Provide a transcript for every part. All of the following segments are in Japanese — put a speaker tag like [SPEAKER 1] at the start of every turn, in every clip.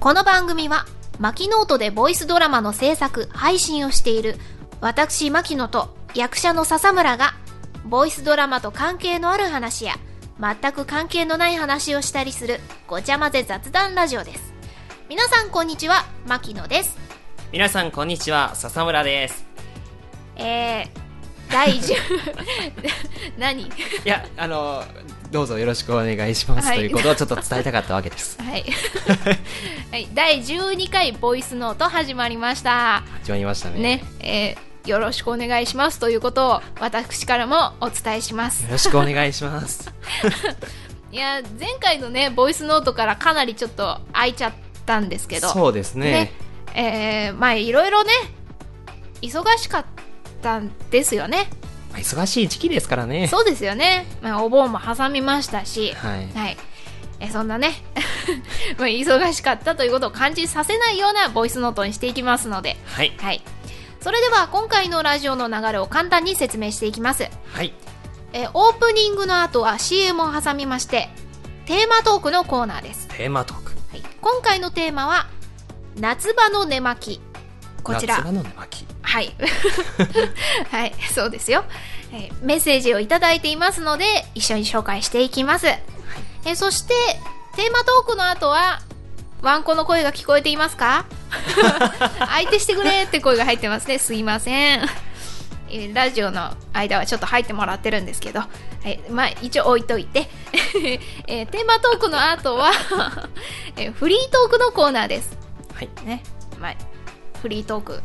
[SPEAKER 1] この番組は、マキノートでボイスドラマの制作、配信をしている、私、マキノと役者の笹村が、ボイスドラマと関係のある話や、全く関係のない話をしたりする、ごちゃ混ぜ雑談ラジオです。皆さん、こんにちは。マキノです。
[SPEAKER 2] 皆さんこんにちは笹村です
[SPEAKER 1] えー、第10、何
[SPEAKER 2] いやあのどうぞよろしくお願いします、
[SPEAKER 1] はい
[SPEAKER 2] ということをちょっと伝えたかったわけ です
[SPEAKER 1] はい、 はい、第12回ボイスノート始まりました
[SPEAKER 2] 始まりましたね
[SPEAKER 1] ね、えーよろしくお願いしますということを私からもお伝えします
[SPEAKER 2] よろしくお願いします
[SPEAKER 1] いや前回のねボイスノートからかなりちょっと空いちゃったんですけど
[SPEAKER 2] そうですね
[SPEAKER 1] ねえーまあいろいろね忙しかったんですよね
[SPEAKER 2] まあ忙しい時期ですからね
[SPEAKER 1] そうですよね、まあ、お盆も挟みましたし
[SPEAKER 2] はい
[SPEAKER 1] はい。えそんなね、 まあ忙しかったということを感じさせないようなボイスノートにしていきますので、
[SPEAKER 2] はい
[SPEAKER 1] はい。それでは今回のラジオの流れを簡単に説明していきます。
[SPEAKER 2] はい
[SPEAKER 1] えオープニングの後は CM を挟みまして、テーマトークのコーナーです。
[SPEAKER 2] テーマトーク
[SPEAKER 1] はい、今回のテーマは、夏場の寝巻き。こち
[SPEAKER 2] 夏場
[SPEAKER 1] ら。
[SPEAKER 2] の寝巻き
[SPEAKER 1] はい。 はい、そうですよ、えーメッセージをいただいていますので、一緒に紹介していきます。えーそして、テーマトークの後は、ワンコの声が聞こえていますか相手してくれって声が入ってますね。すいません。えーラジオの間はちょっと入ってもらってるんですけど、はい、まあ一応置いといて、 えーテーマトークの後は、 えーフリートークのコーナーです。
[SPEAKER 2] はい
[SPEAKER 1] ね、まあ、フリートーク、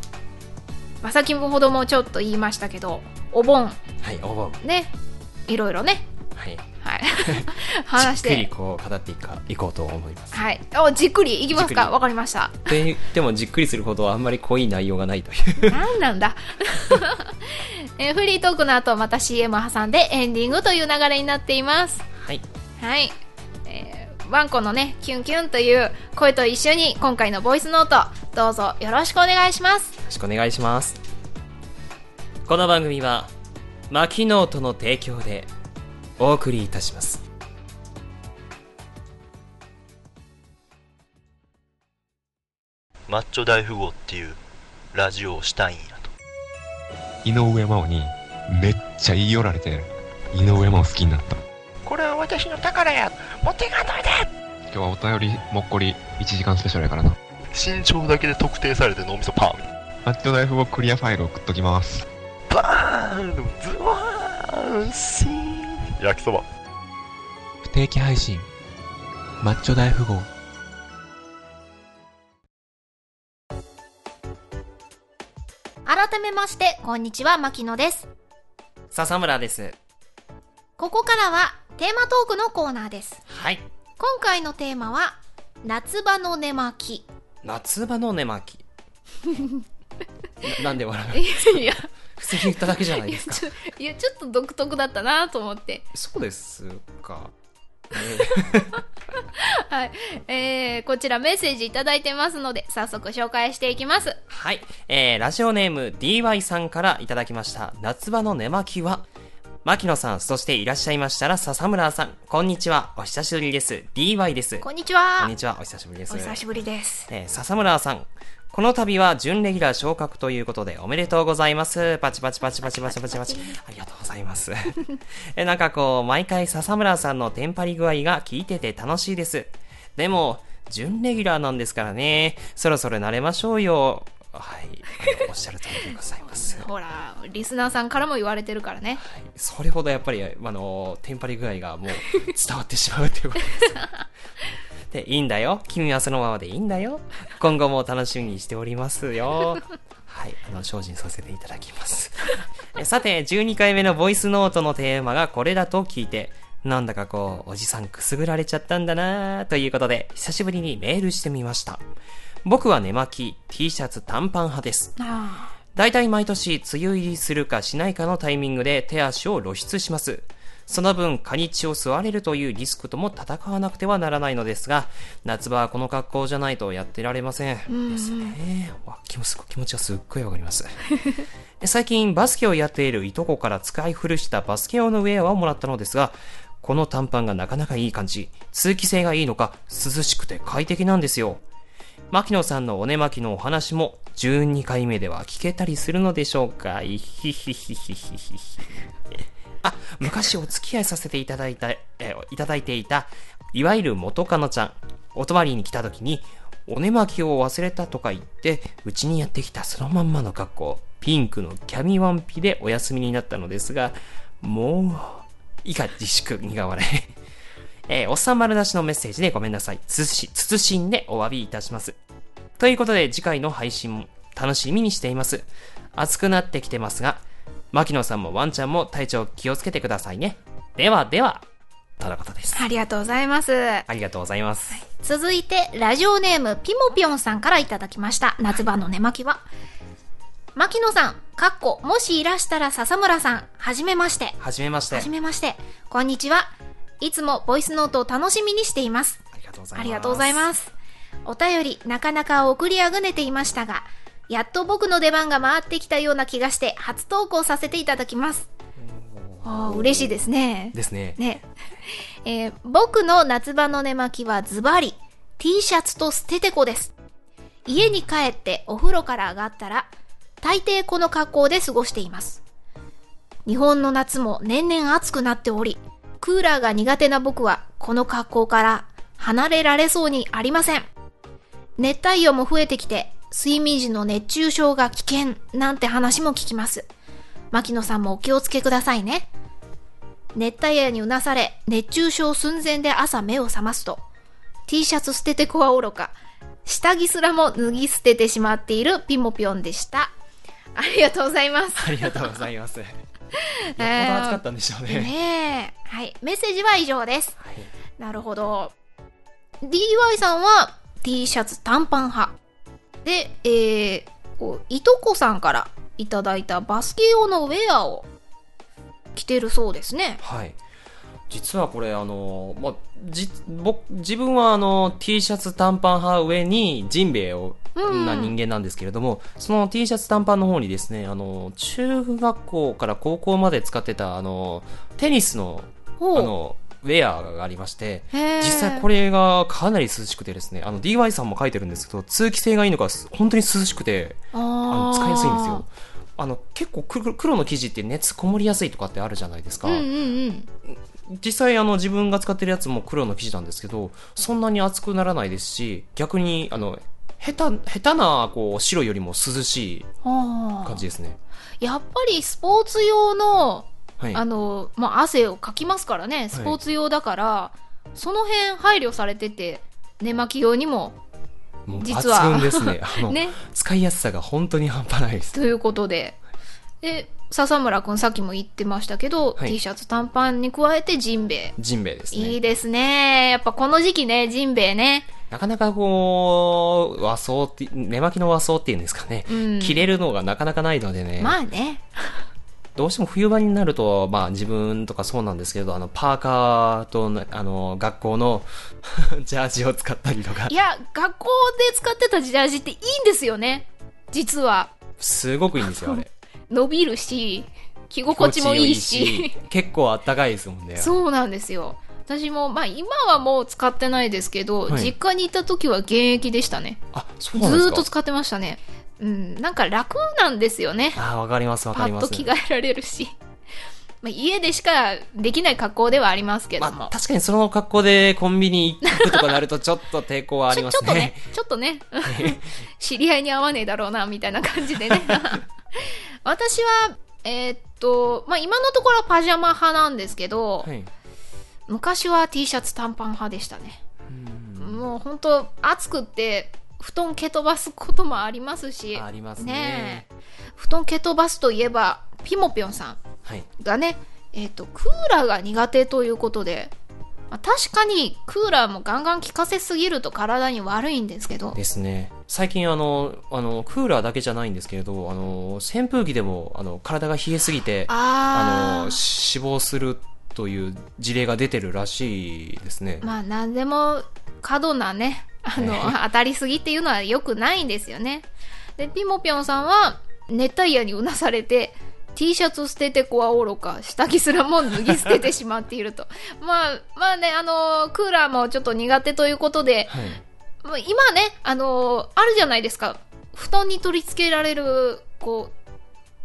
[SPEAKER 1] まあ、先ほどもちょっと言いましたけどお盆
[SPEAKER 2] はいお盆
[SPEAKER 1] ねいろいろね、
[SPEAKER 2] はい
[SPEAKER 1] はい、話し
[SPEAKER 2] じっくり
[SPEAKER 1] て、
[SPEAKER 2] こう語っていかいこうと思います
[SPEAKER 1] はい、おじっくりいきます
[SPEAKER 2] じっく
[SPEAKER 1] か
[SPEAKER 2] り
[SPEAKER 1] わかりました
[SPEAKER 2] で言ってもじっくりするほどあんまり濃い内容がないという
[SPEAKER 1] 何なんだ、 えーフリートークの後また CM を挟んでエンディングという流れになっています
[SPEAKER 2] はい
[SPEAKER 1] はい、えーワンコのねキュンキュンという声と一緒に今回のボイスノートどうぞよろしくお願いします
[SPEAKER 2] よろしくお願いしますこの番組はマキノートの提供でお送りいたします
[SPEAKER 3] マッチョ大富豪っていうラジオをしたいんやと。
[SPEAKER 4] 井上真央にめっちゃ言い寄られて井上真央好きになった
[SPEAKER 3] これは私の宝や持っていかないで
[SPEAKER 4] 今日はお便りもっこり1時間スペシャルやからな
[SPEAKER 3] 身長だけで特定されて脳みそパン
[SPEAKER 4] マッチョ大富豪クリアファイル送っときます
[SPEAKER 3] バーンズワーンシーン焼きそば。
[SPEAKER 5] 不定期配信マッチョ大富豪
[SPEAKER 1] 改めましてこんにちは牧野です
[SPEAKER 2] 笹村です
[SPEAKER 1] ここからはテーマトークのコーナーです。
[SPEAKER 2] はい
[SPEAKER 1] 今回のテーマは、夏場の寝巻
[SPEAKER 2] 夏場の寝巻 きななんで笑う
[SPEAKER 1] き。いや、
[SPEAKER 2] 普通に言っただけじゃない
[SPEAKER 1] いや
[SPEAKER 2] ですか
[SPEAKER 1] ちょいや、ちょっと独特だったなと思って。
[SPEAKER 2] そうですか、ね
[SPEAKER 1] はい。えー、こちらメッセージいただいてますので、早速紹介していきます。
[SPEAKER 2] はい、えー、ラジオネーム DY さんからいただきました夏場の寝巻きは牧野さんそしていらっしゃいましたら笹村さんこんにちはお久しぶりです DY です
[SPEAKER 1] こんにち
[SPEAKER 2] こん
[SPEAKER 1] は
[SPEAKER 2] に。ちはお久しぶりです
[SPEAKER 1] お久しぶりです。
[SPEAKER 2] えー笹村さん、この度は準レギュラー昇格ということでおめでとうございます。パチパチパチパチパチパチパチ。ありがとうございます。 えなんかこう、毎回笹村さんのテンパり具合が聞いてて楽しいです。でも、準レギュラーなんですからね、そろそろ慣れましょうよ。はい、あのおっしゃる通りでございます。
[SPEAKER 1] ほら、リスナーさんからも言われてるからね。
[SPEAKER 2] それほどやっぱり、あの、テンパり具合がもう伝わってしまうということです。で、いいんだよ。君はそのままでいいんだよ。今後も楽しみにしておりますよ。はい、あの、精進させていただきます。えさて、12回目のボイスノートのテーマがこれだと聞いて、なんだかこう、おじさんくすぐられちゃったんだなぁということで、久しぶりにメールしてみました。僕は寝巻き、T シャツ、短パン派です。
[SPEAKER 1] あ
[SPEAKER 2] 大体毎年、梅雨入りするかしないかのタイミングで手足を露出します。その分、蚊に血を吸われるというリスクとも戦わなくてはならないのですが、夏場はこの格好じゃないとやってられません。ですね。わ気もすご気持ちはすっごいわかります。で最近、バスケをやっているいとこから使い古したバスケ用のウェアをもらったのですが、この短パンがなかなかいい感じ。通気性がいいのか、涼しくて快適なんですよ。牧野さんのおねまきのお話も12回目では聞けたりするのでしょうかいひひひひひ ひひあ昔お付き合いさせていただいたえいただいていたいわゆる元カノちゃんお泊まりに来た時におねまきを忘れたとか言ってうちにやってきたそのまんまの格好ピンクのキャミワンピでお休みになったのですがもう以下自粛苦笑いえーおっさん丸出しのメッセージでごめんなさい。慎慎んでお詫びいたします。ということで次回の配信も楽しみにしています。暑くなってきてますが、牧野さんもワンちゃんも体調気をつけてくださいね。ではでは、とのことです。
[SPEAKER 1] ありがとうございます。
[SPEAKER 2] ありがとうございます。
[SPEAKER 1] 続いて、ラジオネーム、ピモピョンさんからいただきました。夏場の寝巻きは。牧野さん、かっこ、もしいらしたら笹村さん、はじめまして。
[SPEAKER 2] はじめまして。
[SPEAKER 1] はじめまして。こんにちは。いつもボイスノートを楽しみにしています。
[SPEAKER 2] ありがとうございます。
[SPEAKER 1] ありがとうございます。お便り、なかなか送りあぐねていましたが、やっと僕の出番が回ってきたような気がして、初投稿させていただきます。あー嬉しいですね。
[SPEAKER 2] ですね。
[SPEAKER 1] ね。えー僕の夏場の寝巻きはズバリ、T シャツと捨ててこです。家に帰ってお風呂から上がったら、大抵この格好で過ごしています。日本の夏も年々暑くなっており、クーラーが苦手な僕はこの格好から離れられそうにありません。熱帯夜も増えてきて、睡眠時の熱中症が危険なんて話も聞きます。牧野さんもお気をつけくださいね。熱帯夜にうなされ、熱中症寸前で朝目を覚ますと、T シャツ捨ててこはおろか、下着すらも脱ぎ捨ててしまっているピモピョンでした。ありがとうございます。
[SPEAKER 2] ありがとうござい ます。よっぽど
[SPEAKER 1] えー
[SPEAKER 2] 暑かったんでしょうね。
[SPEAKER 1] ねえ。はい。メッセージは以上です。
[SPEAKER 2] はい
[SPEAKER 1] なるほど。DY さんは T シャツ短パン派。で、えー、こういとこさんからいただいたバスケ用のウェアを着てるそうですね。
[SPEAKER 2] はい。実はこれ、あの、まあ、じ、僕、自分はあの、T シャツ短パン派上にジンベエを、
[SPEAKER 1] うん
[SPEAKER 2] な人間なんですけれども、その T シャツ短パンの方にですね、あの、中学校から高校まで使ってた、あの、テニスの、あ
[SPEAKER 1] ほう。
[SPEAKER 2] の、ウェアがありまして、
[SPEAKER 1] 実
[SPEAKER 2] 実際これがかなり涼しくてですね、あの DY さんも書いてるんですけど、通気性がいいのか、す本当に涼しくて、
[SPEAKER 1] あ
[SPEAKER 2] あの
[SPEAKER 1] の
[SPEAKER 2] 使いやすいんですよ。あの、結構黒黒の生地って熱こもりやすいとかってあるじゃないですか。
[SPEAKER 1] うんうんうん。
[SPEAKER 2] 実際あの自分が使ってるやつも黒の生地なんですけどそんなに熱くならないですし逆にあの下手下手なこう白よりも涼しい
[SPEAKER 1] あー
[SPEAKER 2] 感じですね
[SPEAKER 1] やっぱりスポーツ用の、
[SPEAKER 2] はい
[SPEAKER 1] あの、まあ、汗をかきますからね、スポーツ用だから、その辺配慮されてて、寝巻き用にも、
[SPEAKER 2] もう
[SPEAKER 1] 実は
[SPEAKER 2] 抜群で すねあの
[SPEAKER 1] ね、
[SPEAKER 2] 使いやすさが本当に半端ないです
[SPEAKER 1] ということで。で、笹村くんさっきも言ってましたけど、
[SPEAKER 2] はい
[SPEAKER 1] T シャツ短パンに加えてジンベエ。
[SPEAKER 2] ジンベエですね
[SPEAKER 1] いいですね。やっぱこの時期ね、ジンベエね。
[SPEAKER 2] なかなかこう和装って寝巻きの和装っていうんですかね、
[SPEAKER 1] うん
[SPEAKER 2] 着れるのがなかなかないのでね、
[SPEAKER 1] まあね。
[SPEAKER 2] どうしても冬場になると、まあ自分とかそうなんですけど、あの、パーカーとな、あの、学校の ジャージを使ったりとか
[SPEAKER 1] い、や、学校で使ってたジャージっていいんですよね。実は。
[SPEAKER 2] すごくいいんですよ、あれ。
[SPEAKER 1] 伸びるし、着 心地もいいし。
[SPEAKER 2] 結構あったかいですもんね。
[SPEAKER 1] そうなんですよ。私も、まあ今はもう使ってないですけど、
[SPEAKER 2] はい
[SPEAKER 1] 実家にいた時は現役でしたね。
[SPEAKER 2] あ、そ
[SPEAKER 1] ず
[SPEAKER 2] うなんです
[SPEAKER 1] ー
[SPEAKER 2] か
[SPEAKER 1] っと使ってましたね。うん、なんか楽なんですよね。
[SPEAKER 2] あー、わかります、わ
[SPEAKER 1] パ
[SPEAKER 2] かりま
[SPEAKER 1] ッ
[SPEAKER 2] す。
[SPEAKER 1] と着替えられるし。 まあ家でしかできない格好ではありますけども。
[SPEAKER 2] まあ、確かにその格好でコンビニ行くとかなるとちょっと抵抗はあ
[SPEAKER 1] ち
[SPEAKER 2] り
[SPEAKER 1] ょ
[SPEAKER 2] ま
[SPEAKER 1] ちょ
[SPEAKER 2] す
[SPEAKER 1] っとね
[SPEAKER 2] ね。、
[SPEAKER 1] ちょっとね、 知り合いに会わねえだろうな、みたいな感じで ね。私は、えーっと、まあ今のところはパジャマ派なんですけど、
[SPEAKER 2] はい。
[SPEAKER 1] 昔は T シャツ短パン派でしたねもう本当暑くって布団蹴飛ばすこともありますし
[SPEAKER 2] ありますね
[SPEAKER 1] え布団蹴飛ばすといえばピモピョンさ
[SPEAKER 2] はい。
[SPEAKER 1] んがね、えっとクーラーが苦手ということで、まあ確かにクーラーもガンガン効かせすぎると体に悪いんですけど
[SPEAKER 2] ですね。最近あの、あの、クーラーだけじゃないんですけれど、あの、扇風機でも、あの、体が冷えすぎて、あ
[SPEAKER 1] あ
[SPEAKER 2] の、
[SPEAKER 1] ー
[SPEAKER 2] 死亡するという事例が出てるらしいですね。
[SPEAKER 1] まあ何でも過度なね、あの、
[SPEAKER 2] え
[SPEAKER 1] 当たりすぎっていうのは良くないんですよね。で、ピモピョンさんは熱帯夜にうなされて、T シャツ捨ててこはおろか、下着すらも脱ぎ捨ててし まっていると。まあ、まあね、あのクーラーもちょっと苦手ということで、
[SPEAKER 2] はい。
[SPEAKER 1] もう今ね、あのーあるじゃないですか。布団に取り付けられる、こう、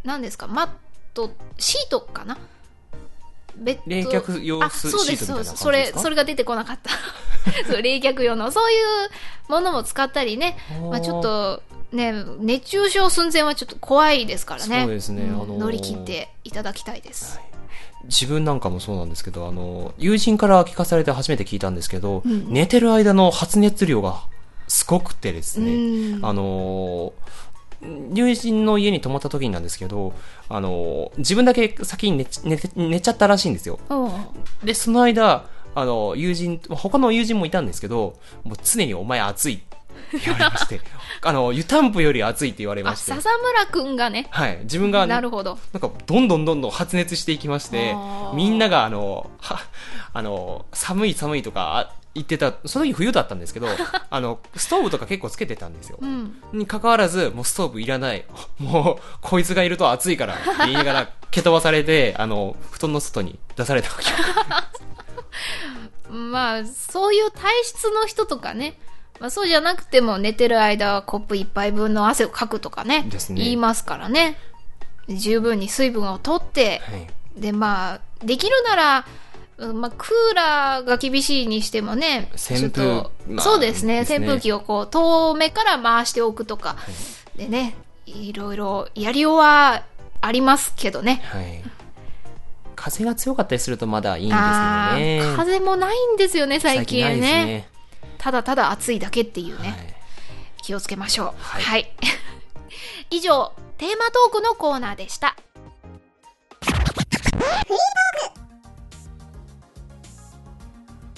[SPEAKER 1] 何ですか、マット、シートかなベッド
[SPEAKER 2] 冷却用
[SPEAKER 1] あ、
[SPEAKER 2] ス
[SPEAKER 1] そうです、
[SPEAKER 2] シ
[SPEAKER 1] そ
[SPEAKER 2] ート
[SPEAKER 1] う
[SPEAKER 2] みた
[SPEAKER 1] で。
[SPEAKER 2] いな感じですすか
[SPEAKER 1] それ、それが出てこな かった。そう、冷却用の。そういうものも使ったりね。まあちょっと、ね、熱中症寸前はちょっと怖いですからね。
[SPEAKER 2] そうですね
[SPEAKER 1] ん
[SPEAKER 2] あのー
[SPEAKER 1] 乗り切っていただきたいです。
[SPEAKER 2] 自分なんかもそうなんですけど、あの、友人から聞かされて初めて聞いたんですけど、
[SPEAKER 1] うん
[SPEAKER 2] 寝てる間の発熱量がすごくてですね、
[SPEAKER 1] うん
[SPEAKER 2] あの、友人の家に泊まった時になんですけど、あの、自分だけ先に寝ち寝て寝ちゃったらしいんですよ。
[SPEAKER 1] おう
[SPEAKER 2] で、その間、あの、友人、他の友人もいたんですけど、もう常にお前暑いって言われ まして、あの、湯たんぽより暑いって言われま
[SPEAKER 1] あ、
[SPEAKER 2] して、
[SPEAKER 1] 笹村くんがね。
[SPEAKER 2] はい、自分が
[SPEAKER 1] なるほど。
[SPEAKER 2] なんかどんどんどんどん発熱していきまして
[SPEAKER 1] あー
[SPEAKER 2] みんながあのはあの寒い寒いとかあ言ってたその時冬だったん ですけどあのストーブとか結構つけてたんですよ、
[SPEAKER 1] うん。
[SPEAKER 2] に関わらずもうストーブいらない もうこいつがいると暑いからって言いながら蹴飛ばされてあの布団の外に出され たわけ
[SPEAKER 1] まあ、そういう体質の人とかね、まあ、そうじゃなくても寝てる間コップ一杯分の汗をかくとかね
[SPEAKER 2] ですね
[SPEAKER 1] 言いますからね十分に水分をとって
[SPEAKER 2] はい
[SPEAKER 1] でまあできるなら、うんまあ、クーラーが厳しいにしてもね
[SPEAKER 2] 扇風
[SPEAKER 1] ちょっと
[SPEAKER 2] まあ
[SPEAKER 1] そうですね
[SPEAKER 2] ですね
[SPEAKER 1] 扇風機をこう遠目から回しておくとか、でねいろいろやりようはありますけどね
[SPEAKER 2] はい風が強かったりするとまだいいんです
[SPEAKER 1] あ
[SPEAKER 2] けど
[SPEAKER 1] ー
[SPEAKER 2] ね
[SPEAKER 1] 風もないんですよね最近
[SPEAKER 2] ないです
[SPEAKER 1] ねただただ暑いだけっていうね、
[SPEAKER 2] はい
[SPEAKER 1] 気をつけましょうは、
[SPEAKER 2] はいい
[SPEAKER 1] 以上テーマトークのコーナーでした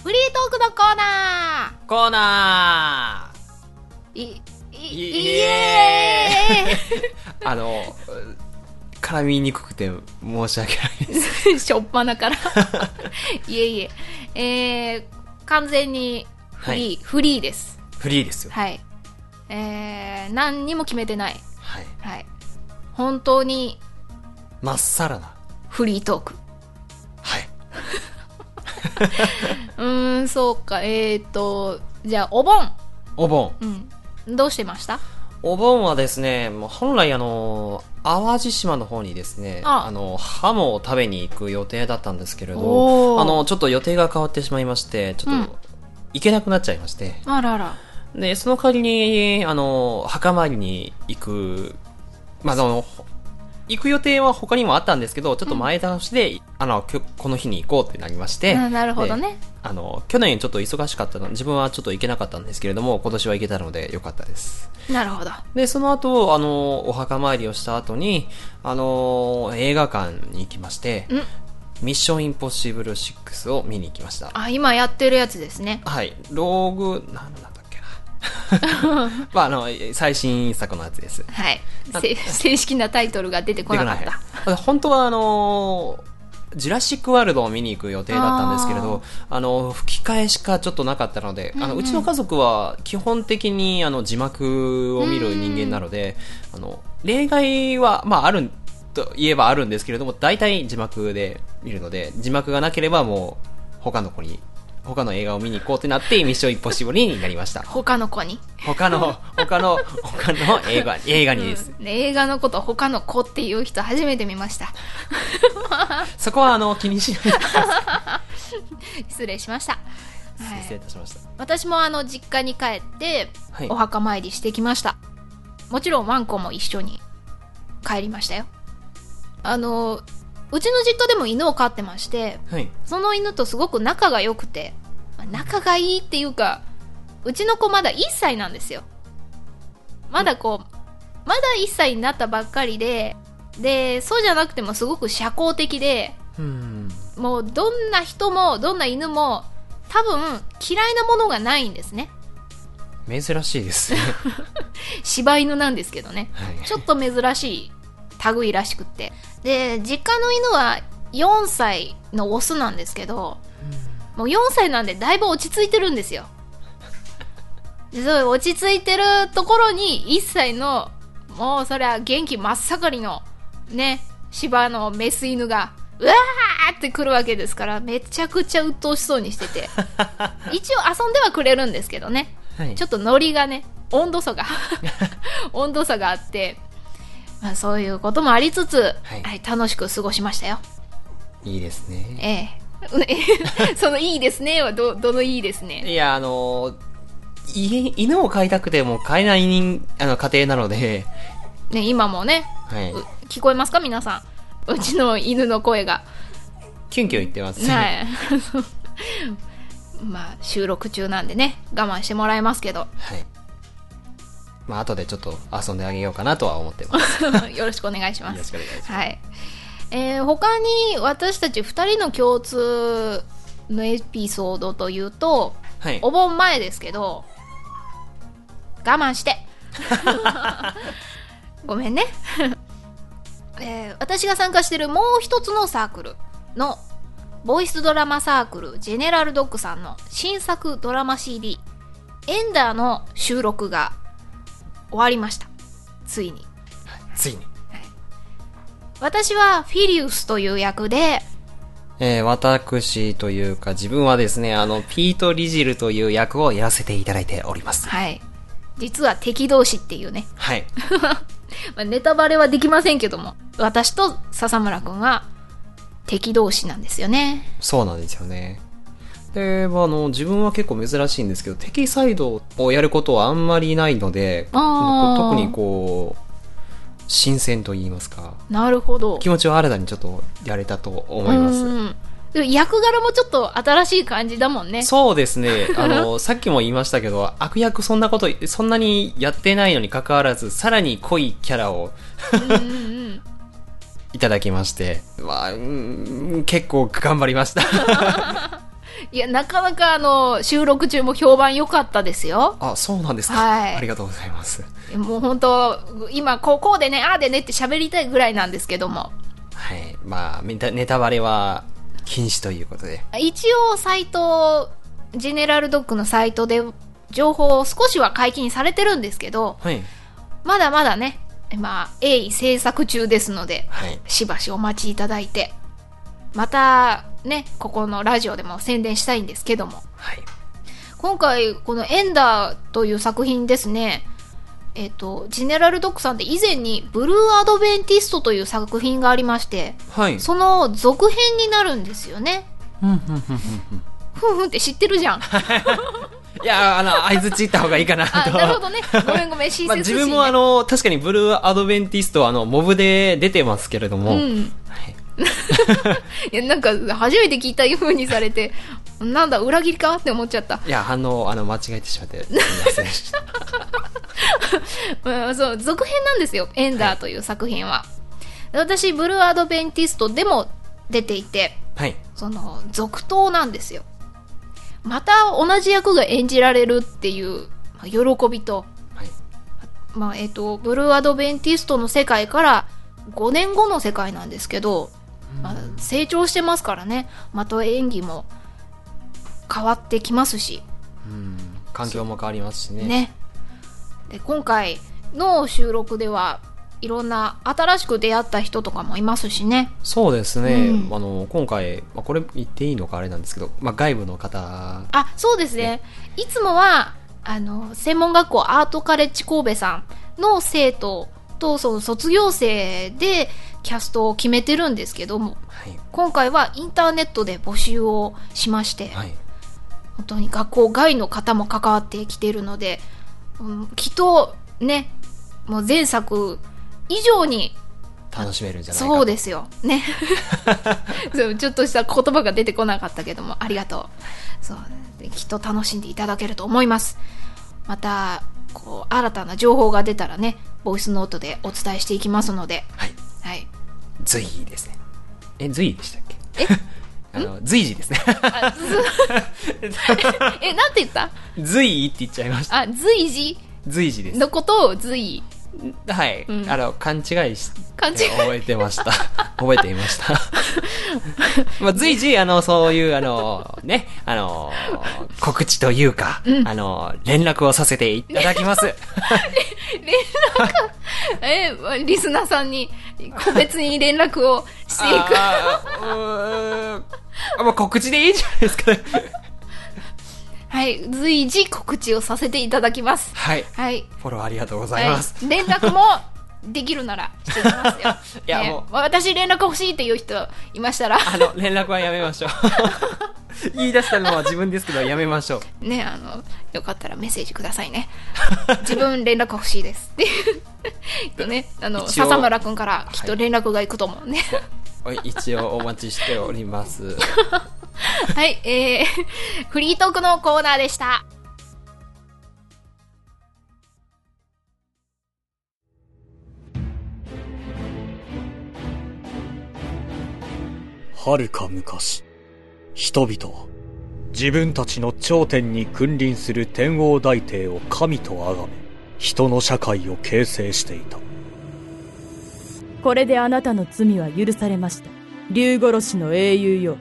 [SPEAKER 1] フリートークのコーナ
[SPEAKER 2] コーナー
[SPEAKER 1] ーいい
[SPEAKER 2] い
[SPEAKER 1] イエ
[SPEAKER 2] あの、絡みにくくて申し訳ないです。
[SPEAKER 1] ーイ しょっぱなから いえいええー、完全にフリー、
[SPEAKER 2] はい
[SPEAKER 1] フリーです
[SPEAKER 2] フリーですよ。
[SPEAKER 1] はいえー、何にも決めてない
[SPEAKER 2] はい。
[SPEAKER 1] はい本当に
[SPEAKER 2] まっさらな。
[SPEAKER 1] フリートーク
[SPEAKER 2] はい。
[SPEAKER 1] うーん、そうか。えっ、ー、と、じゃあ、お盆。
[SPEAKER 2] お盆。
[SPEAKER 1] うん。どうしてました
[SPEAKER 2] お盆はですね、もう本来あの、淡路島の方にですね、
[SPEAKER 1] あ
[SPEAKER 2] あの、ハモを食べに行く予定だったんですけれ
[SPEAKER 1] お
[SPEAKER 2] ど、
[SPEAKER 1] ー
[SPEAKER 2] あの、ちょっと予定が変わってしまいまして、ちょっ
[SPEAKER 1] うん
[SPEAKER 2] と、行けなくなっちゃいまして、
[SPEAKER 1] あらら。
[SPEAKER 2] で、その代わりに、あの、墓参りに行く、まあ、その、行く予定は他にもあったんですけど、ちょっと前倒しで、あの、きょこの日に行こうってなりまして、
[SPEAKER 1] ななるほど
[SPEAKER 2] で。
[SPEAKER 1] ね。
[SPEAKER 2] あの、去年ちょっと忙しかったの、自分はちょっと行けなかったんですけれども、今年は行けたので良かったです。
[SPEAKER 1] なるほど。
[SPEAKER 2] で、その後、あの、お墓参りをした後に、あの、映画館に行きまして、
[SPEAKER 1] うん
[SPEAKER 2] ミッションインポッシブル6を見に行きました。
[SPEAKER 1] あ、今やってるやつですね。
[SPEAKER 2] はい、ローグ、なんだったっけな。 まあ、あの、最新作のやつです。
[SPEAKER 1] はい。
[SPEAKER 2] あ
[SPEAKER 1] せ 正式なタイトルが出てこなかった。
[SPEAKER 2] た。本当はあのージュラシックワールドを見に行く予定だったんですけれど、あの、吹き替えしかちょっとなかったので、あの、うちの家族は基本的にあの、字幕を見る人間なので、あの、例外は、まあ、ある、と言えばあるんですけれども、大体字幕で見るので、字幕がなければもう、他の子に、他の映画を見に行こうってなって、ミッションインポッシブルになりました。
[SPEAKER 1] 他の子に。
[SPEAKER 2] 他の、他の、他の映画、映画にです。
[SPEAKER 1] ね映画のこと他の子っていう人初めて見ました。
[SPEAKER 2] そこはあの、気にしないでください。
[SPEAKER 1] 失礼しました。は
[SPEAKER 2] 失礼い
[SPEAKER 1] い、
[SPEAKER 2] たしました。
[SPEAKER 1] 私もあの実家に帰って
[SPEAKER 2] はい
[SPEAKER 1] お墓参りしてきました、もちろんワンコも一緒に帰りましたよあのうちの実家でも犬を飼ってまして
[SPEAKER 2] はい。
[SPEAKER 1] その犬とすごく仲が良くて、まあ仲がいいっていうか、うちの子まだ1歳なんですよ。まだこう、まだ1歳になったばっかりで、で、そうじゃなくてもすごく社交的で、
[SPEAKER 2] うん。
[SPEAKER 1] もうどんな人もどんな犬も多分嫌いなものがないんですね。
[SPEAKER 2] 珍しいですね。
[SPEAKER 1] 柴犬なんですけどね。
[SPEAKER 2] はい。
[SPEAKER 1] ちょっと珍しい類らしくって。で、実家の犬は4歳のオスなんですけど、もう4歳なんでだいぶ落ち着いてるんですよ。でそういう落ち着いてるところに1歳の、もうそりゃ元気真っ盛りの、ね、芝のメス犬が、うわーって来るわけ ですから、めちゃくちゃ鬱陶しそうにしてて。一応遊んではくれるんですけどね。
[SPEAKER 2] はい
[SPEAKER 1] ちょっとノリがね温度差が温度差があって、まあ、そういうこともありつつ、
[SPEAKER 2] はい
[SPEAKER 1] はい楽しく過ごしましたよ
[SPEAKER 2] いいですね。
[SPEAKER 1] ええね その「いいですね」はどどの「いいですね
[SPEAKER 2] いや、あのー家、犬を飼いたくても飼えない人、あの、家庭なので、」
[SPEAKER 1] ね今もね
[SPEAKER 2] はい。
[SPEAKER 1] う聞こえますか皆さんうちの犬の声が
[SPEAKER 2] キュンキュン言ってます。
[SPEAKER 1] はい そうまあ収録中なんでね我慢してもらいますけど
[SPEAKER 2] はい。まあ、後でちょっと遊んであげようかなとは思ってます。
[SPEAKER 1] よろしくお願いします
[SPEAKER 2] よろしくお願いします
[SPEAKER 1] はいえー他に私たち2人の共通のエピソードというと
[SPEAKER 2] はい
[SPEAKER 1] お。盆前ですけど我慢してごめんね、 えー私が参加してるもう一つのサークルのボイスドラマサークルジェネラルドッグさんの新作ドラマ CD「エンダー」の収録が終わりましたついに
[SPEAKER 2] ついに。
[SPEAKER 1] 私はフィリウスという役で
[SPEAKER 2] えー私というか自分はですね、あの、ピート・リジルという役をやらせていただいております。
[SPEAKER 1] はい実は敵同士っていうね
[SPEAKER 2] はい。
[SPEAKER 1] まあ、ネタバレはできませんけども私と笹村くんは敵同士なんですよね
[SPEAKER 2] そうなんですよね。で、まあ、あの、自分は結構珍しいんですけど、敵サイドをやることはあんまりないので、
[SPEAKER 1] あー
[SPEAKER 2] 特にこう、新鮮と言いますか、
[SPEAKER 1] なるほど
[SPEAKER 2] 気持ちを新たにちょっとやれたと思います。
[SPEAKER 1] うんでも役柄もちょっと新しい感じだもんね
[SPEAKER 2] そうで すね。あの、さっきも言いましたけど、悪役そんなこと、そんなにやってないのに関わらず、さらに濃いキャラを
[SPEAKER 1] うんうんうん
[SPEAKER 2] いただきまして、まあ、うーん結構頑張 りました。
[SPEAKER 1] いやなかなかあの収録中も評判良かったですよ
[SPEAKER 2] あ、そうなんですか。
[SPEAKER 1] はい
[SPEAKER 2] ありがとうございます。
[SPEAKER 1] もう本当今こうこうでねああでねって喋りたいぐらいなんですけども
[SPEAKER 2] はい。まあ、ネタネタバレは禁止ということで。
[SPEAKER 1] 一応サイトジェネラルドッグのサイトで情報を少しは解禁されてるんですけど
[SPEAKER 2] はい。
[SPEAKER 1] まだまだね、まあ、鋭意制作中ですので、
[SPEAKER 2] はい。
[SPEAKER 1] しばしお待ちいただいて、またね、ここのラジオでも宣伝したいんですけども、
[SPEAKER 2] はい。
[SPEAKER 1] 今回、このエンダーという作品ですね、えっ、と、ジェネラルドッグさんで以前にブルーアドベンティストという作品がありまして、
[SPEAKER 2] はい。
[SPEAKER 1] その続編になるんですよね。ふんふんって知ってるじゃん。
[SPEAKER 2] いや、あの、相づちいった方がいいかなと。
[SPEAKER 1] あ、なるほどね。ごめんごめん、親切心、ね
[SPEAKER 2] まあ、自分もあの、確かにブルーアドベンティストはあの、モブで出てますけれども、
[SPEAKER 1] うん。
[SPEAKER 2] はい
[SPEAKER 1] いや、なんか、初めて聞いたようにされて、 なんだ、裏切りかって思っちゃった。
[SPEAKER 2] いや、反応、あの、間違えてしまって、すみません でした。
[SPEAKER 1] うん、そう、続編なんですよ。エンダーという作品は。私、ブルーアドベンティストでも出ていて、
[SPEAKER 2] はい。
[SPEAKER 1] その、続投なんですよ。また同じ役が演じられるっていう、まあ喜びと、
[SPEAKER 2] はい。
[SPEAKER 1] まあ、えっ、と、ブルーアドベンティストの世界から5年後の世界なんですけど、まあ、成長してますからね。また演技も変わってきますし。
[SPEAKER 2] うん。環境も変わりますしね。
[SPEAKER 1] ねで今回の収録ではいろんな新しく出会った人とかもいますしね
[SPEAKER 2] そうですね、
[SPEAKER 1] うん
[SPEAKER 2] あの今回、まあ、これ言っていいのかあれなんですけど、まあ、外部の方
[SPEAKER 1] あそうですねいつもはあの専門学校アートカレッジ神戸さんの生徒とその卒業生でキャストを決めてるんですけども
[SPEAKER 2] はい、
[SPEAKER 1] 今回はインターネットで募集をしまして、
[SPEAKER 2] はい、
[SPEAKER 1] 本当に学校外の方も関わってきているので、うん、きっとねもう前作以上に
[SPEAKER 2] 楽しめるんじゃないか
[SPEAKER 1] そうですすよ。 ね。そうちょっとした言葉が出てこなかったけども、ありがとう。そう。できっと楽しんでいただけると思います。また、こう、新たな情報が出たらね、ボイスノートでお伝えしていきますので、
[SPEAKER 2] はい
[SPEAKER 1] はい。
[SPEAKER 2] 随時ですねえ随時でしたっけえ あの随時ですね
[SPEAKER 1] え、なんて言った
[SPEAKER 2] 随意って言っちゃいました
[SPEAKER 1] あ、随時
[SPEAKER 2] 随時です
[SPEAKER 1] のことを随意。
[SPEAKER 2] はい、
[SPEAKER 1] うん
[SPEAKER 2] あの勘違いして
[SPEAKER 1] 勘違い
[SPEAKER 2] 覚えて ました覚えていましたまあ随時あのそういうあのねあの告知というか、あの連絡をさせていただ きます、
[SPEAKER 1] え、リスナーさんに個別に連絡をしていく。
[SPEAKER 2] あーうーんあもう告知でいいんじゃないですかね。
[SPEAKER 1] はい、随時告知をさせていただきます。
[SPEAKER 2] はい。
[SPEAKER 1] はい。
[SPEAKER 2] フォローありがとうございます。
[SPEAKER 1] はい、連絡もできるならしていきますよ。
[SPEAKER 2] いや
[SPEAKER 1] ね
[SPEAKER 2] もう
[SPEAKER 1] 私連絡欲しいっていう人いましたら、
[SPEAKER 2] あの、連絡はやめましょう。 言い出したのは自分ですけど、やめましょう。
[SPEAKER 1] ね、あの、よかったらメッセージください ね。自分連絡欲しいです。で、きっとね、あの、
[SPEAKER 2] 一応
[SPEAKER 1] 笹村くんからきっと連絡がいくと思うね。
[SPEAKER 2] はい 一応お待ちしております。
[SPEAKER 1] はい、えー、フリートークのコーナーでした。
[SPEAKER 6] はるか昔、人々は、自分たちの頂点に君臨する天王大帝を神と崇め、人の社会を形成していた。
[SPEAKER 7] これであなたの罪は許されました竜殺しの英雄よ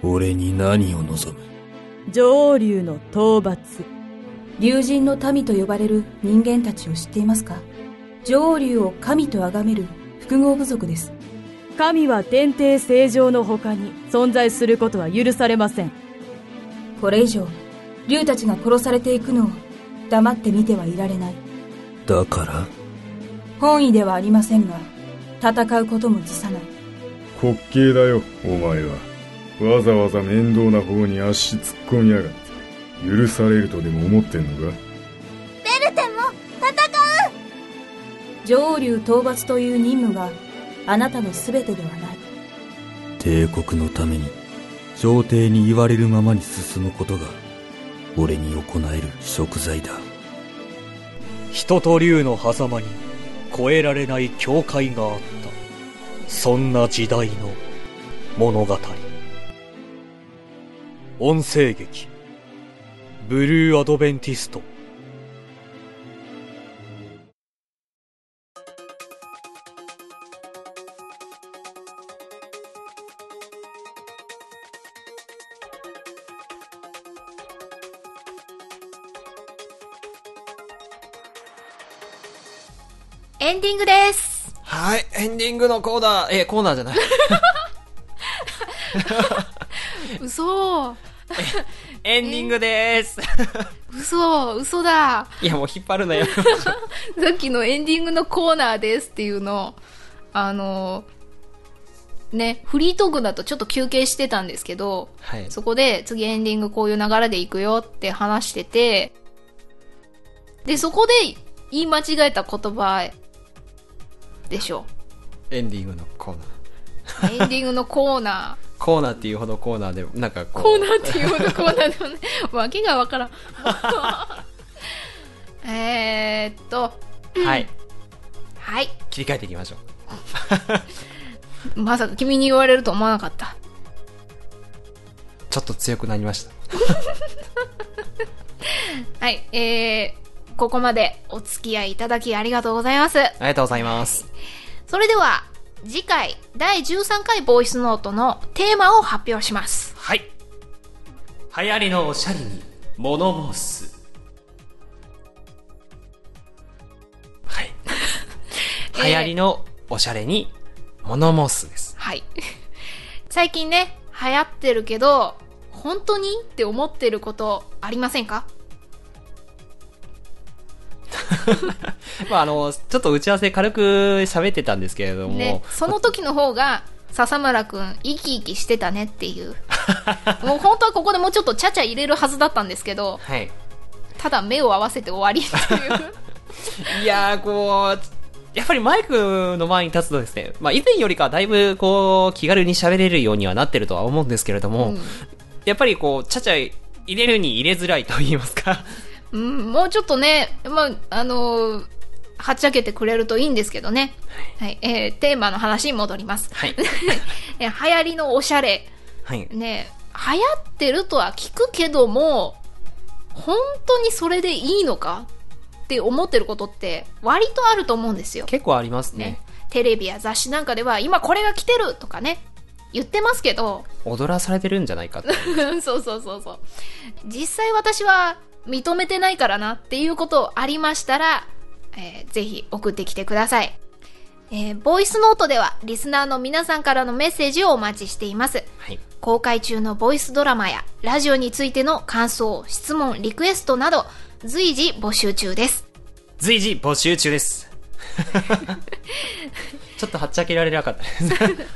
[SPEAKER 6] 俺に何を望む
[SPEAKER 7] 上流の討伐
[SPEAKER 8] 竜神の民と呼ばれる人間たちを知っていますか上流を神と崇める複合部族です。
[SPEAKER 7] 神は天帝正常の他に存在することは許されません
[SPEAKER 8] これ以上、竜たちが殺されていくのを黙って見てはいられない。
[SPEAKER 6] だから
[SPEAKER 8] 本意ではありませんが、戦うことも辞さない。
[SPEAKER 9] 滑稽だよお前はわざわざ面倒な方に足突っ込みやがって許されるとでも思ってんのか
[SPEAKER 8] 上流討伐という任務があなたの全てではない。
[SPEAKER 6] 帝国のために、朝廷に言われるままに進むことが、俺に行える食材だ。人と竜の狭間に、越えられない境界があった。そんな時代の物語。音声劇、ブルーアドベンティスト。
[SPEAKER 1] エンディングです。
[SPEAKER 2] はい、エンディングのコーナー、え、コーナーじゃない。
[SPEAKER 1] 嘘。
[SPEAKER 2] エンディングです。
[SPEAKER 1] 嘘、嘘だ。
[SPEAKER 2] いや、もう引っ張る なよ。
[SPEAKER 1] さっきのエンディングのコーナーですっていうの、あの、ね、フリートークだとちょっと休憩してたんですけど、
[SPEAKER 2] はい。
[SPEAKER 1] そこで次エンディングこういう流れで行くよって話してて、で、そこで言い間違えた言葉でしょ。
[SPEAKER 2] エンディングのコーナー。
[SPEAKER 1] エンディングのコーナー。
[SPEAKER 2] コーナーっていうほどコーナーでも、なんかこ う。
[SPEAKER 1] コーナーっていうほどコーナーでもね、わけがわから ん。えーっと、
[SPEAKER 2] はい。
[SPEAKER 1] はい。
[SPEAKER 2] 切り替えていきましょう。
[SPEAKER 1] まさか君に言われると思わなかった。
[SPEAKER 2] ちょっと強くなりました。
[SPEAKER 1] はい、えー、ここまでお付き合いいただきありがとうございます。
[SPEAKER 2] ありがとうございます。
[SPEAKER 1] それでは、次回第13回ボイスノートのテーマを発表します。
[SPEAKER 2] はい。流行りのおしゃれに、物申す。 はい。
[SPEAKER 1] ー
[SPEAKER 2] 流行りのおしゃれに、物申すです。
[SPEAKER 1] はい。 最近ね、流行ってるけど、本当にって思ってることありませんか
[SPEAKER 2] まあ、あの、ちょっと打ち合わせ軽く喋ってたんですけれども、
[SPEAKER 1] ね、その時の方が、笹村くん、生き生きしてたねっていう。もう本当はここでもうちょっとちゃちゃ入れるはずだったんですけど、
[SPEAKER 2] はい。
[SPEAKER 1] ただ目を合わせて終わりっていう。
[SPEAKER 2] いやー、こう、やっぱりマイクの前に立つとですね、まあ以前よりかはだいぶこう気軽に喋れるようにはなってるとは思うんですけれども、やっぱりこう、ちゃちゃ入れるに入れづらいと言いますか。
[SPEAKER 1] うん、もうちょっとね、まあ、あのーはっちゃけてくれるといいんですけどね。はい。えーテーマの話に戻ります。
[SPEAKER 2] はい。
[SPEAKER 1] え流行りのおしゃれ。
[SPEAKER 2] はい。
[SPEAKER 1] ね、流行ってるとは聞くけども、本当にそれでいいのかって思ってることって割とあると思うんですよ。
[SPEAKER 2] 結構ありますね。
[SPEAKER 1] ね。テレビや雑誌なんかでは、今これが来てるとかね、言ってますけど、
[SPEAKER 2] 踊らされてるんじゃないかって。
[SPEAKER 1] うん そうそうそうそう。実際私は認めてないからなっていうことありましたら、えーぜひ送ってきてください。えーボイスノートではリスナーの皆さんからのメッセージをお待ちしています。
[SPEAKER 2] はい。
[SPEAKER 1] 公開中のボイスドラマやラジオについての感想、質問、リクエストなど随時募集中です。
[SPEAKER 2] 随時募集中です。 ちょっとはっちゃけられなかったです。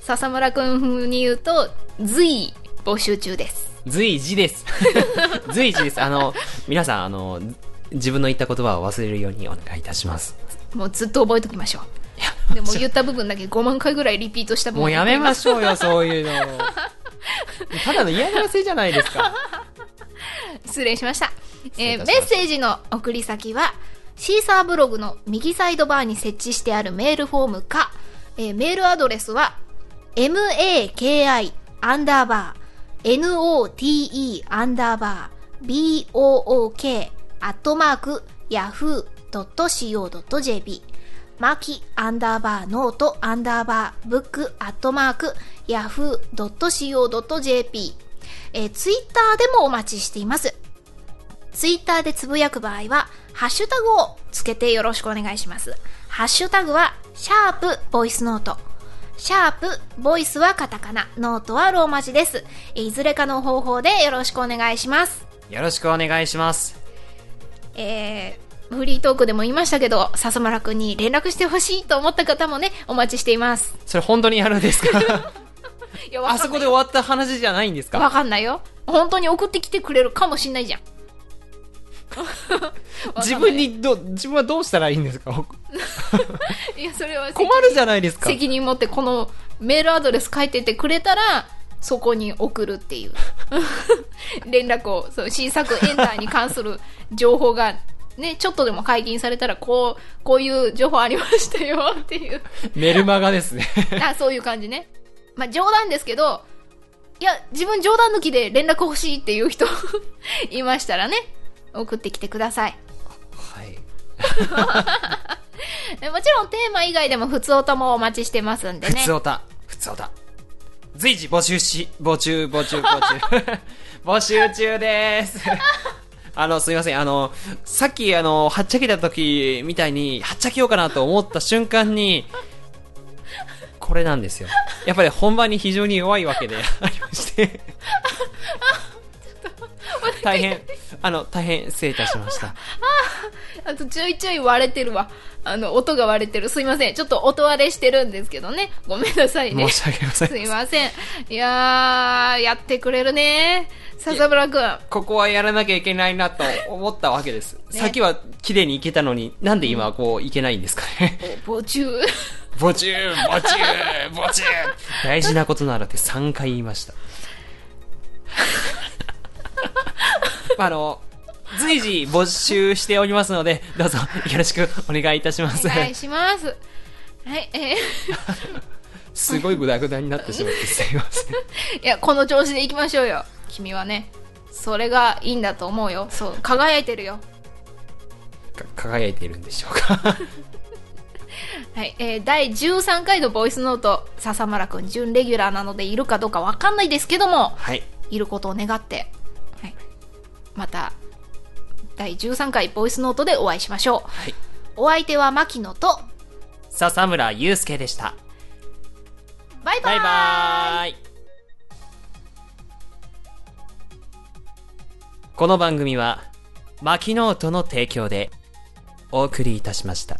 [SPEAKER 1] 笹村くん風に言うと、随募集中です。
[SPEAKER 2] 随時です。 随時です。あの、皆さん、あの、自分の言った言葉を忘れるようにお願いいたし ます。
[SPEAKER 1] もうずっと覚えときましょう。でも言った部分だけ5万回ぐらいリピートした分
[SPEAKER 2] もうやめまし ょうよ、そういうの。ただの嫌がらせじゃないですか。
[SPEAKER 1] 失礼しました。えー
[SPEAKER 2] 失礼いたしま
[SPEAKER 1] メ
[SPEAKER 2] した
[SPEAKER 1] ッセージの送り先は、シーサーブログの右サイドバーに設置してあるメールフォームか、えーメールアドレスは、maki アンダーバー、note アンダーバー、book アットマーク、yahoo.co.jp マキアンダーバーノートアンダーバーブックアットマーク yahoo.co.jp えー、ツイッターでもお待ちしています。ツイッターでつぶやく場合は、ハッシュタグをつけてよろしくお願いします。ハッシュタグは、シャープボイスノート。シャープボイスはカタカナ、ノートはローマ字です。えーいずれかの方法でよろしくお願いします。
[SPEAKER 2] よろしくお願いします。
[SPEAKER 1] えー、フリートークでも言いましたけど、笹村くんに連絡してほしいと思った方もね、お待ちしています。
[SPEAKER 2] それ本当にやるんです か
[SPEAKER 1] いやわかん
[SPEAKER 2] あ
[SPEAKER 1] ない
[SPEAKER 2] そこで終わった話じゃないんです
[SPEAKER 1] わ
[SPEAKER 2] か
[SPEAKER 1] かんないよ。本当に送ってきてくれるかもしんないじゃ ん。
[SPEAKER 2] 自分にど、自分はどうしたらいいんですか
[SPEAKER 1] いや、それは
[SPEAKER 2] 困るじゃないですか。
[SPEAKER 1] 責任持ってこのメールアドレス書いててくれたらそこに送るっていう 連絡をそう新作エンターに関する情報がねちょっとでも解禁されたらこうこういう情報ありましたよって いう
[SPEAKER 2] メルマガですね。
[SPEAKER 1] あそういう感じねまあ冗談ですけどいや自分冗談抜きで連絡欲しいっていう人 いましたらね送ってきてください
[SPEAKER 2] はい。
[SPEAKER 1] えもちろんテーマ以外でも普通音もお待ちしてますんで
[SPEAKER 2] ふ
[SPEAKER 1] ね
[SPEAKER 2] つおた。ふつおた。随時募集し、募集、募集、募集。 募集中です。 あの、すいません。あの、さっき、あの、はっちゃけた時みたいに、はっちゃけようかなと思った瞬間に、これなんですよ。やっぱり本番に非常に弱いわけでありまして。大変、あの、大変失礼いたしました。
[SPEAKER 1] あとちょいちょい割れてるわ。あの、音が割れてる。すいません。ちょっと音割れしてるんですけどね。ごめんなさいね。
[SPEAKER 2] 申し訳ありません。
[SPEAKER 1] すいません。いやー、やってくれるね。笹村くん。
[SPEAKER 2] ここはやらなきゃいけないなと思ったわけです。先は綺麗に行けたのに、なんで今はこう行けないんですかね。
[SPEAKER 1] 募集。
[SPEAKER 2] 募集募集募集大事なことならって3回言いま した。あの、随時募集しておりますので、どうぞよろしくお願いいたしま
[SPEAKER 1] お
[SPEAKER 2] す。
[SPEAKER 1] 願いします。はい、え
[SPEAKER 2] すごいグダグダになってしまってすいません。
[SPEAKER 1] ー、いや、この調子でいきましょうよ。君はね。それがいいんだと思うよ。そう、輝いてるよ。
[SPEAKER 2] か輝いているんでしょうか。
[SPEAKER 1] はい、えー、第13回のボイスノート、笹村くん、準レギュラーなのでいるかどうかわかんないですけども、
[SPEAKER 2] はい。
[SPEAKER 1] いることを願って、はい、また第13回ボイスノートでお会いしましょう、
[SPEAKER 2] い
[SPEAKER 1] お相手は牧野と
[SPEAKER 2] 笹村祐介でした。
[SPEAKER 1] バイバ
[SPEAKER 2] バ
[SPEAKER 1] ー
[SPEAKER 2] イ
[SPEAKER 1] イ
[SPEAKER 2] バーイこの番組は、マキノートの提供でお送りいたしました。